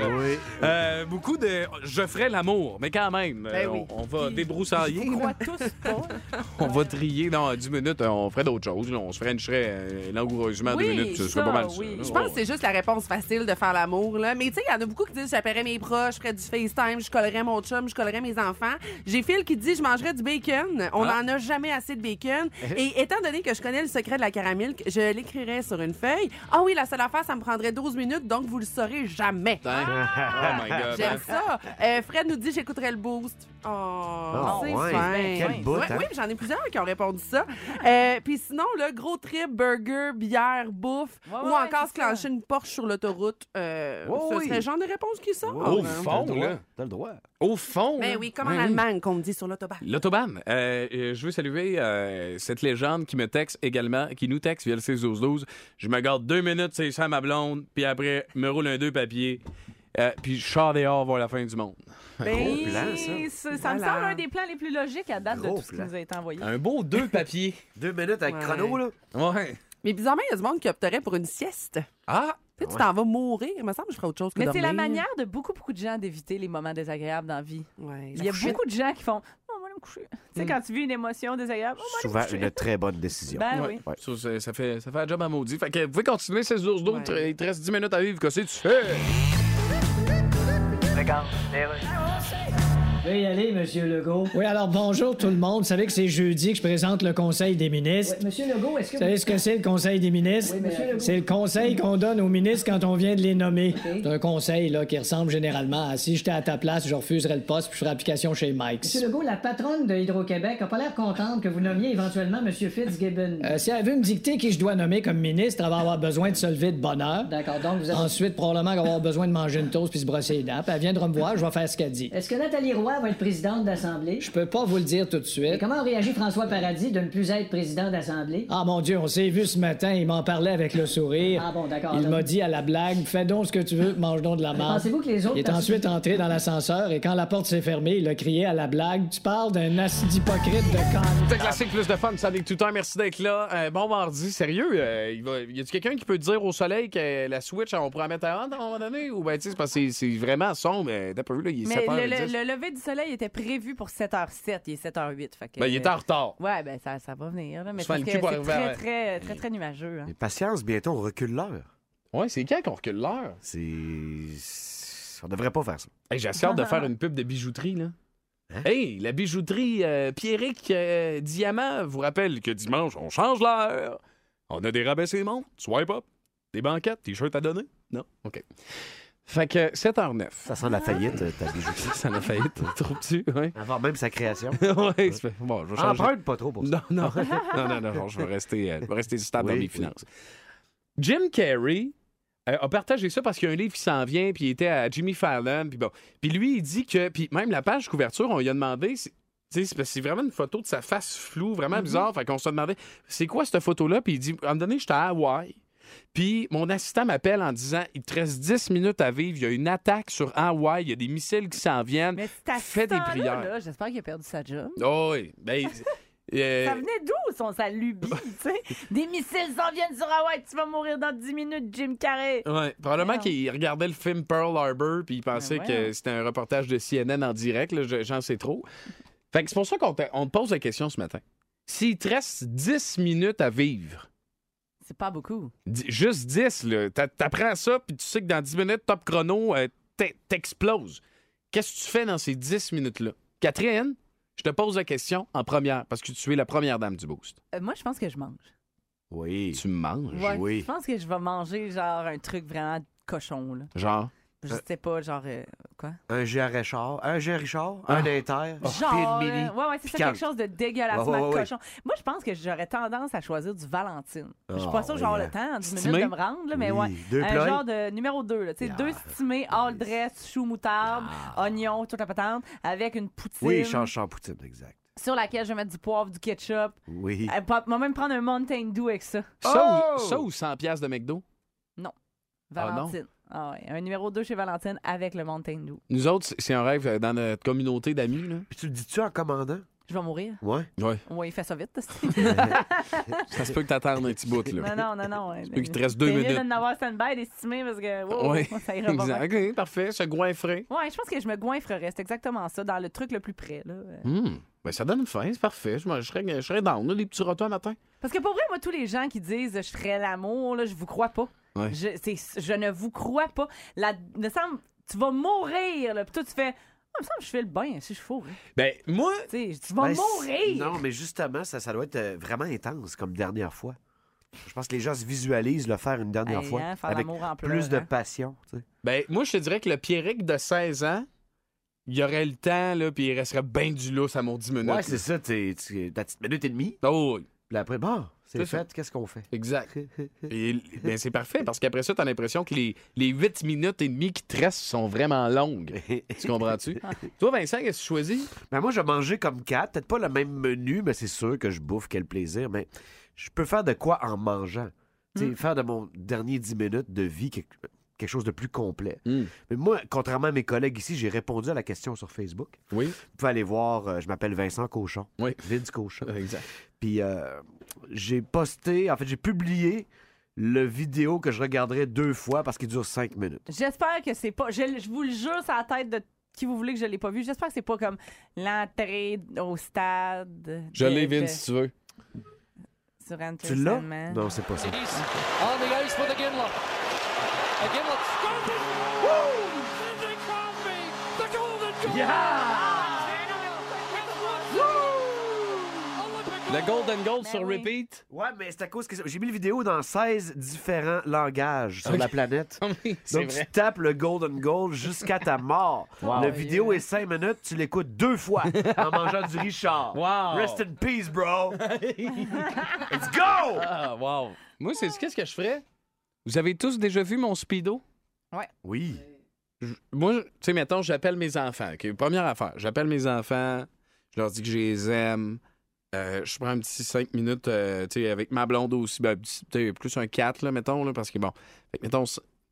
Euh, beaucoup de. Je ferais l'amour, mais quand même,
Ben
euh,
oui.
on, on va débroussailler.
Je crois tous pas.
On va trier dans 10 minutes, euh, on ferait d'autres choses. là. On se frencherait euh, langoureusement 2 minutes. Ce serait pas mal ça. là.
Je pense que c'est juste la réponse facile de faire l'amour. là. Mais tu sais, il y en a beaucoup qui disent j'appellerais mes proches, je ferais du FaceTime, je collerais mon chum, je collerais mes enfants. J'ai Phil qui dit je mangerais du bacon. On
Ah.
n'en a jamais assez de bacon.
Eh
Et étant donné que je connais le secret de la caramel, je l'écrirais sur une feuille. Ah oui, la seule affaire, ça me prendrait 12 minutes, donc vous le saurez jamais. Ah!
Oh my God.
J'aime ça. Euh, Fred nous dit j'écouterais le boost. Oh,
Ah
c'est
ouais,
fin.
quel bout,
Ouais,
hein?
Oui, mais j'en ai plusieurs qui ont répondu ça. Euh, Puis sinon, le gros trip, burger, bière, bouffe, ou
ouais,
encore se clencher une Porsche sur l'autoroute. euh,
Ouais,
ce
oui.
serait le genre de réponse qui sort.
Au
hein.
fond, là.
T'as le droit.
Au fond.
Ben
là.
oui, comme
Oh, Ouais,
en
oui.
Allemagne qu'on me dit sur l'autobahn.
L'Autobahn. Euh, euh, je veux saluer euh, cette légende qui me texte également, qui nous texte via le 6 12 12. Je me garde deux minutes, c'est ça ma blonde, puis après, me roule un deux papiers, euh, puis je sors dehors voir la fin du monde. Un gros plan, ça.
Et Ben, ça, ça me
Voilà.
semble un des plans les plus logiques à date de tout ce qui nous a été envoyé.
Un beau deux papiers.
deux minutes avec
Ouais.
chrono, là.
Ouais.
Mais bizarrement, il y a du monde qui opterait pour une sieste.
Ah!
Tu sais, tu t'en vas mourir. Il me semble que je ferais autre chose que
Mais c'est la
dormir.
manière de beaucoup, beaucoup de gens d'éviter les moments désagréables dans la vie. Il y
la
a
couchette.
beaucoup de gens qui font Oh, on va aller me coucher. Tu sais, quand tu vis une émotion désagréable, oh, on va
Souvent,
aller me coucher.
une très bonne décision.
Ben oui.
Ouais.
Ça, c'est- ça fait, ça fait un job à maudit. Fait que vous pouvez continuer, 16 12 d'autres. Il te reste 10 minutes à vivre. Qu'est-ce que tu fais?
Regarde,
Vous pouvez y aller, Monsieur Legault. Oui, alors bonjour tout le monde. Vous savez que c'est jeudi que je présente le Conseil des ministres.
Euh, Monsieur Legault, est-ce que.
Vous savez ce que c'est le conseil des ministres?
Oui, monsieur Legault.
c'est le conseil qu'on donne aux ministres quand on vient de les nommer. C'est un conseil là, qui ressemble généralement à si j'étais à ta place, je refuserais le poste puis je ferais application chez Mike.
Monsieur Legault, la patronne de Hydro-Québec a pas l'air contente que vous nommiez éventuellement Monsieur Fitzgibbon.
Euh, si elle veut me dicter qui je dois nommer comme ministre, elle va avoir besoin de se lever de bonne heure.
D'accord, donc vous êtes-
Ensuite, probablement qu'elle va avoir besoin de manger une toast puis se brosser les dents. Puis elle viendra me voir, je vais faire ce qu'elle dit.
Est-ce que Nathalie Roy va être présidente d'Assemblée?
Je peux pas vous le dire tout de suite.
Et comment réagit François Paradis de ne plus être président d'Assemblée?
Ah mon Dieu, on s'est vu ce matin, il m'en parlait avec le sourire.
Ah bon, d'accord,
Il
donc.
m'a dit à la blague, fais donc ce que tu veux, mange donc de la marde.
Pensez-vous que les autres
Il est
personnes-
ensuite entré dans l'ascenseur et quand la porte s'est fermée, il a crié à la blague, tu parles d'un acide hypocrite de con.
C'était classique, plus de fun, ça tout le temps. Merci d'être là. Euh, bon mardi, sérieux. euh, il va- y a-tu quelqu'un qui peut dire au soleil que la Switch, on pourrait la mettre à on à un moment donné? Ou ben, tu sais, c'est parce que c'est- c'est vraiment sombre. Euh, T'as pas vu, là, il est
Mais
7
le,
h
le- le lever du soleil était prévu pour 7h07, il est 7h08. Fait que,
Ben, il est en retard.
Ouais, ben ça, ça va venir. Là, mais
Souvent,
parce
le
que
cul
c'est
va arriver
très,
à-
très, très, très, nuagageux. hein.
Patience, bientôt, on recule l'heure.
Ouais, c'est quand qu'on recule l'heure?
C'est. On devrait pas faire ça. Hein?
Hey, j'ai assez hâte de faire une pub de bijouterie, là. Hey, la bijouterie euh, Pierrick euh, Diamant vous rappelle que dimanche, on change l'heure. On a des rabais sur les montres, swipe up, des banquettes, t-shirts à donner. Non? OK. Fait que 7h09.
Ça sent la faillite, euh, ta bijouterie.
ça sent la faillite, trouves-tu? Ouais.
Avant même sa création.
ouais, c'est- bon, je vais changer.
Emprunte Ah, pas trop pour ça.
Non, non, non, non, non, non, je vais rester, euh, je vais rester stable dans mes finances. Jim Carrey euh, a partagé ça parce qu'il y a un livre qui s'en vient, puis il était à Jimmy Fallon, puis bon. Puis lui, il dit que, puis même la page couverture, on lui a demandé, c'est- tu sais, c'est parce que c'est vraiment une photo de sa face floue, vraiment
Mm-hmm.
bizarre, fait qu'on se demandait, c'est quoi cette photo-là? Puis il dit, à un moment donné, j'étais à Hawaï. Puis mon assistant m'appelle en disant il te reste 10 minutes à vivre, il y a une attaque sur Hawaï, il y a des missiles qui s'en viennent. Fais des prières.
Là, j'espère qu'il a perdu sa job.
Oh, oui. Ben, euh,
Ça venait d'où son sa lubie, tu sais? Des missiles s'en viennent sur Hawaï, tu vas mourir dans 10 minutes, Jim Carrey.
Ouais, probablement qu'il regardait le film Pearl Harbor puis il pensait
Ben voyons.
que c'était un reportage de CNN en direct. là, je- J'en sais trop. Fait que c'est pour ça qu'on te, on te pose la question ce matin. S'il te reste 10 minutes à vivre,
C'est pas beaucoup.
di- juste 10, là, t'a- t'apprends ça puis tu sais que dans 10 minutes, top chrono, euh, t'e- t'exploses. Qu'est-ce que tu fais dans ces 10 minutes-là? Catherine, je te pose la question en première parce que tu es la première dame du boost.
Euh, moi, je pense que je mange.
Oui. Tu manges?
Ouais, Je pense que je vais manger genre un truc vraiment de cochon, là.
Genre?
Je sais pas, genre euh, quoi?
Un G à Richard, un G à Richard,
Ah.
un Inter,
Oh.
puis
Genre,
une
euh,
Oh, mini.
ouais, ouais, c'est ça,
Puis
quelque chose de dégueulassement
Ouais, ouais, ouais, ouais.
cochon. Moi, je pense que j'aurais tendance à choisir du Valentine. je suis pas
Ah,
sûre que
ouais,
j'aurai
hein.
le temps en 10
Stimé?
minutes de me rendre, là, mais
Oui,
ouais.
deux Ah.
un
ploys.
genre de numéro 2, là, tu sais, deux stimés, all dress, chou moutarde, oignon, toute la patente, avec une poutine
Ah. Oui, change en poutine, exact.
sur laquelle je vais mettre du poivre, du ketchup.
Oui.
Euh, pa- moi même prendre un Mountain Dew avec ça.
Ça,
Oh!
ou, ça ou 100 piastres de McDo?
Non.
Oh! Ah, non?
Valentine. Ah ouais, Un numéro 2 chez Valentine avec le Mountain Dew.
Nous autres, c'est- c'est un rêve euh, dans notre communauté d'amis. Là.
Puis tu le dis-tu en commandant?
Je vais mourir.
Ouais.
Ouais.
Oui, fais ça vite.
Ça se peut que t'attendes un petit bout.
non,
Là.
non, non, non. ouais.
peux qu'il te reste deux
C'est mieux
minutes.
de n'avoir stand-by d'estimer parce que wow,
Ouais.
Oh, ça ira pas
Exact.
mal.
OK, parfait. Se goinfrer.
Ouais, je pense que je me goinfrerais. C'est exactement ça, dans le truc le plus près. Là. Euh,
Hmm. Ben, ça donne une fin, c'est parfait. Je, m'en- je serais, je serais down, là, des petits rotos à matin.
Parce que pour vrai, moi, tous les gens qui disent je ferais l'amour, là, je vous crois pas.
Ouais.
Je, c'est- je ne vous crois pas. La, me semble, tu vas mourir, là. Puis toi, tu fais. Ah, me semble, que je fais le bain si je fous. hein.
Ben, moi.
Tu sais, tu vas
Ben, c'est-
mourir.
Non, mais justement, ça, ça doit être euh, vraiment intense comme dernière fois. Je pense que les gens se visualisent le faire une dernière
Hey,
fois.
hein, faire
avec
l'amour en
plus de
pleurant.
passion. tu sais.
Ben, moi, je te dirais que le Pierrick de 16 ans, il aurait le temps, là, puis il resterait bien du lousse à mon 10 minutes.
Ouais, c'est ça, t'es, tu- ta petite minute et demie.
Oh,
Puis après, bon, c'est
C'est
fait,
ça.
qu'est-ce qu'on fait?
Exact. Puis, ben, c'est parfait, parce qu'après ça, t'as l'impression que les, les 8 minutes et demie qui te restent sont vraiment longues. tu comprends-tu? Toi, Vincent, qu'est-ce que tu choisis?
Ben moi, je vais manger comme quatre. Peut-être pas le même menu, mais c'est sûr que je bouffe, quel plaisir. Mais je peux faire de quoi en mangeant? Tu
Hmm.
sais, Faire de mon dernier 10 minutes de vie quelque, quelque chose de plus complet.
Hmm.
Mais moi, contrairement à mes collègues ici, j'ai répondu à la question sur Facebook.
Oui.
Vous pouvez aller voir, euh, je m'appelle Vincent Cochon.
Oui.
Vince Cochon.
Exact.
Puis euh, j'ai posté, en fait, j'ai publié le vidéo que je regarderai deux fois parce qu'il dure cinq minutes.
J'espère que c'est pas. Je, je vous le jure, c'est la tête de qui vous voulez que je l'ai pas vu. J'espère que c'est pas comme l'entrée au stade.
Je
de-
l'ai,
de-
Vince, si tu veux.
Sur Enter
Tu l'as?
Sandman.
Non, c'est pas ça.
On the ice for the Ginla. A Ginla. Woo! Sidney Crosby, the golden goal.
Le Golden
Ben
Gold sur repeat.
Ouais, mais c'est à cause que j'ai mis le vidéo dans 16 différents langages sur
Ok. Ah
la planète.
c'est
Donc
vrai.
tu tapes le Golden Goal jusqu'à ta mort.
Wow.
La vidéo est 5 minutes, tu l'écoutes deux fois en mangeant du Richard.
Wow.
Rest in peace, bro. Let's go!
Ah, wow. Moi, c'est qu'est-ce que je ferais? Vous avez tous déjà vu mon speedo?
Ouais.
Oui.
Moi, je- tu sais, mettons, j'appelle mes enfants. OK? Première affaire, j'appelle mes enfants, je leur dis que je les aime. Euh, je prends un petit 5 minutes, euh, tu sais, avec ma blonde aussi, ben, petit- tu sais, plus un 4, là, mettons, là, parce que bon, fait que, mettons,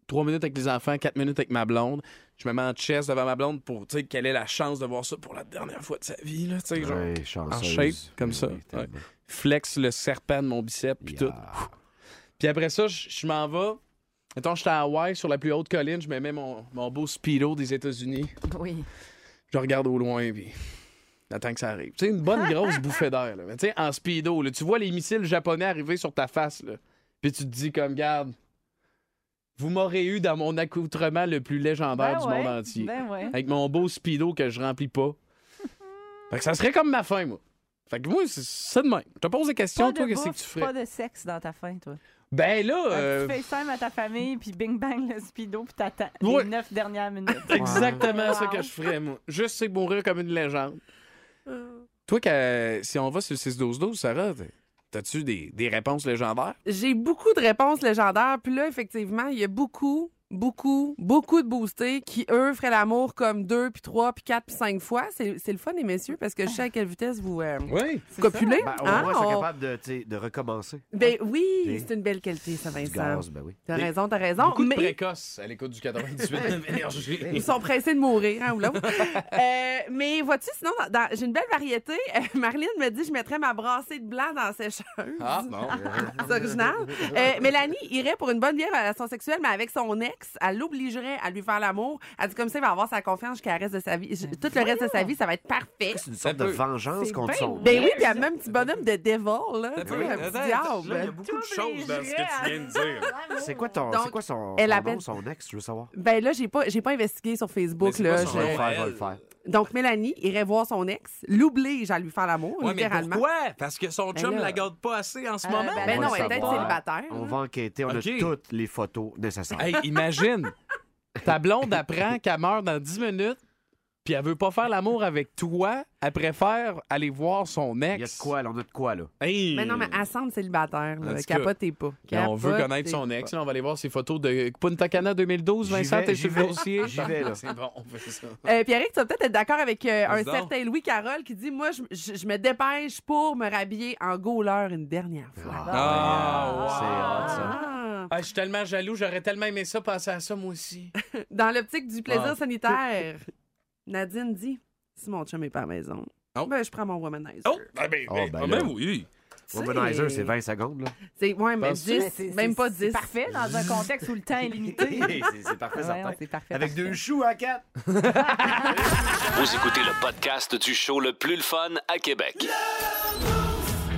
3 minutes avec les enfants, 4 minutes avec ma blonde. Je me mets en chest devant ma blonde pour, tu sais, qu'elle ait la chance de voir ça pour la dernière fois de sa vie, là, tu sais, genre,
Ouais,
en
chanceuse.
shape, comme ça. ouais. Flex le serpent de mon bicep, puis tout. Puis après ça, je je m'en vais. Mettons, j'étais à Hawaï, sur la plus haute colline, je me mets mon, mon beau speedo des États-Unis.
Oui.
Je regarde au loin, puis j'attends que ça arrive. Tu sais, une bonne grosse bouffée d'air, là. Mais tu sais, en speedo, là, tu vois les missiles japonais arriver sur ta face, là. Puis tu te dis, comme, garde, vous m'aurez eu dans mon accoutrement le plus légendaire
Ben
du
ouais,
monde entier.
ben ouais.
Avec mon beau speedo que je remplis pas. fait que ça serait comme ma fin, moi. Fait que moi, c'est ça de même. Je te pose des questions,
Pas de
toi, qu'est-ce que
bouffe,
tu ferais?
Pas de sexe dans ta faim, toi.
Ben là, euh,
Tu fais ça à ta famille, puis bing bang le speedo, puis t'attends
Ouais.
les neuf dernières minutes.
exactement ce
Wow.
que je ferais, moi. Juste, c'est mourir comme une légende. Euh. Toi, que- si on va sur le 6-12-12, Sarah, t- t'as-tu des, des réponses légendaires?
J'ai beaucoup de réponses légendaires. Puis là, effectivement, il y a beaucoup, beaucoup, beaucoup de boostés qui, eux, feraient l'amour comme deux, puis trois, puis quatre, puis cinq fois. C'est c'est le fun, les messieurs, parce que je sais à quelle vitesse vous euh, copulez.
Ben, au
hein,
moins, je suis
on-
capable de, tu sais, de recommencer.
Ben oui,
T'sais.
c'est une belle qualité, ça, Vincent.
gaz, ben oui.
T'as
Des-
raison, t'as raison.
Beaucoup de
mais-
précoces à l'écoute du 98 Énergie.
Ils sont pressés de mourir, hein, ou l'autre. Euh, mais vois-tu, sinon, dans- dans- j'ai une belle variété. Euh, Marlene me dit je mettrais ma brassée de blanc dans la sécheuse.
Ah, bon.
C'est original. Euh, Mélanie irait pour une bonne vieille relation sexuelle, mais avec son ex, elle l'obligerait à lui faire l'amour. Elle dit comme ça, il va avoir sa confiance jusqu'à le reste de sa vie. Je- Tout le reste de sa vie, ça va être parfait.
C'est une sorte de vengeance contre
Ben,
son.
ben oui, puis elle a même un petit bonhomme de devil, là.
Attends,
Tu sais, un
Ben attends,
petit
attends,
diable. hein.
là, il y a beaucoup de choses dans ce que tu viens de dire. C'est quoi ton,
Donc,
c'est quoi son,
elle
son
appelle-
nom, son ex, je veux savoir. Ben,
Ben là, j'ai pas, j'ai pas investigué sur Facebook. Là,
Je vais le
Je-
faire, je vais le faire.
Donc, Mélanie irait voir son ex, l'oblige à lui faire l'amour,
Ouais, mais
littéralement.
pourquoi? Parce que son
Ben
chum
là.
la garde pas assez en ce
Euh,
moment.
ben non, elle est peut-être célibataire.
On va enquêter, on
Ok.
a toutes les photos nécessaires.
Hey, imagine, ta blonde apprend qu'elle meurt dans 10 minutes, puis elle veut pas faire l'amour avec toi, elle préfère aller voir son ex. Il y a de
quoi, là, on a de quoi, là?
Hey!
Mais non, mais elle semble célibataire.
En
Là,
tout cas,
capotez pas.
on veut
Capotez
connaître son
pas.
ex. là, on va aller voir ses photos de Punta Cana 2012. Vincent,
vais,
t'es
j'y
sur le
vais.
dossier?
J'y vais, là.
C'est bon, on fait
Ah,
ça.
Euh, Pierrick, tu vas peut-être être d'accord avec euh, un
Vas-y donc.
certain Louis Carole qui dit Moi, je, je- je me dépêche pour me rhabiller en gauleur une dernière fois.
Ah,
wow.
Ah.
Ah, je suis tellement jaloux, j'aurais tellement aimé ça, passer à ça moi aussi.
Dans l'optique du plaisir
Ah.
sanitaire, Nadine dit Si mon chum est pas à la maison, ben, je prends mon womanizer.
Oh, ah ben,
Oh,
ben,
ben
ah,
là.
ben oui.
Womanizer, c'est 20 secondes, là.
C'est, ouais, mais
Penses-tu?
10,
Mais c'est-
même pas 10.
Parfait, dans un contexte où le temps est limité.
c'est c'est parfait,
Ouais,
certain.
on s'est parfait.
Avec deux choux à quatre.
Vous écoutez le podcast du show le plus le fun à Québec.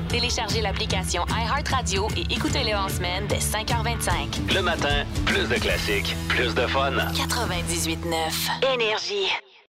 Téléchargez l'application iHeartRadio et écoutez-le en semaine dès 5h25.
Le matin, plus de classiques, plus de fun.
98.9 Énergie.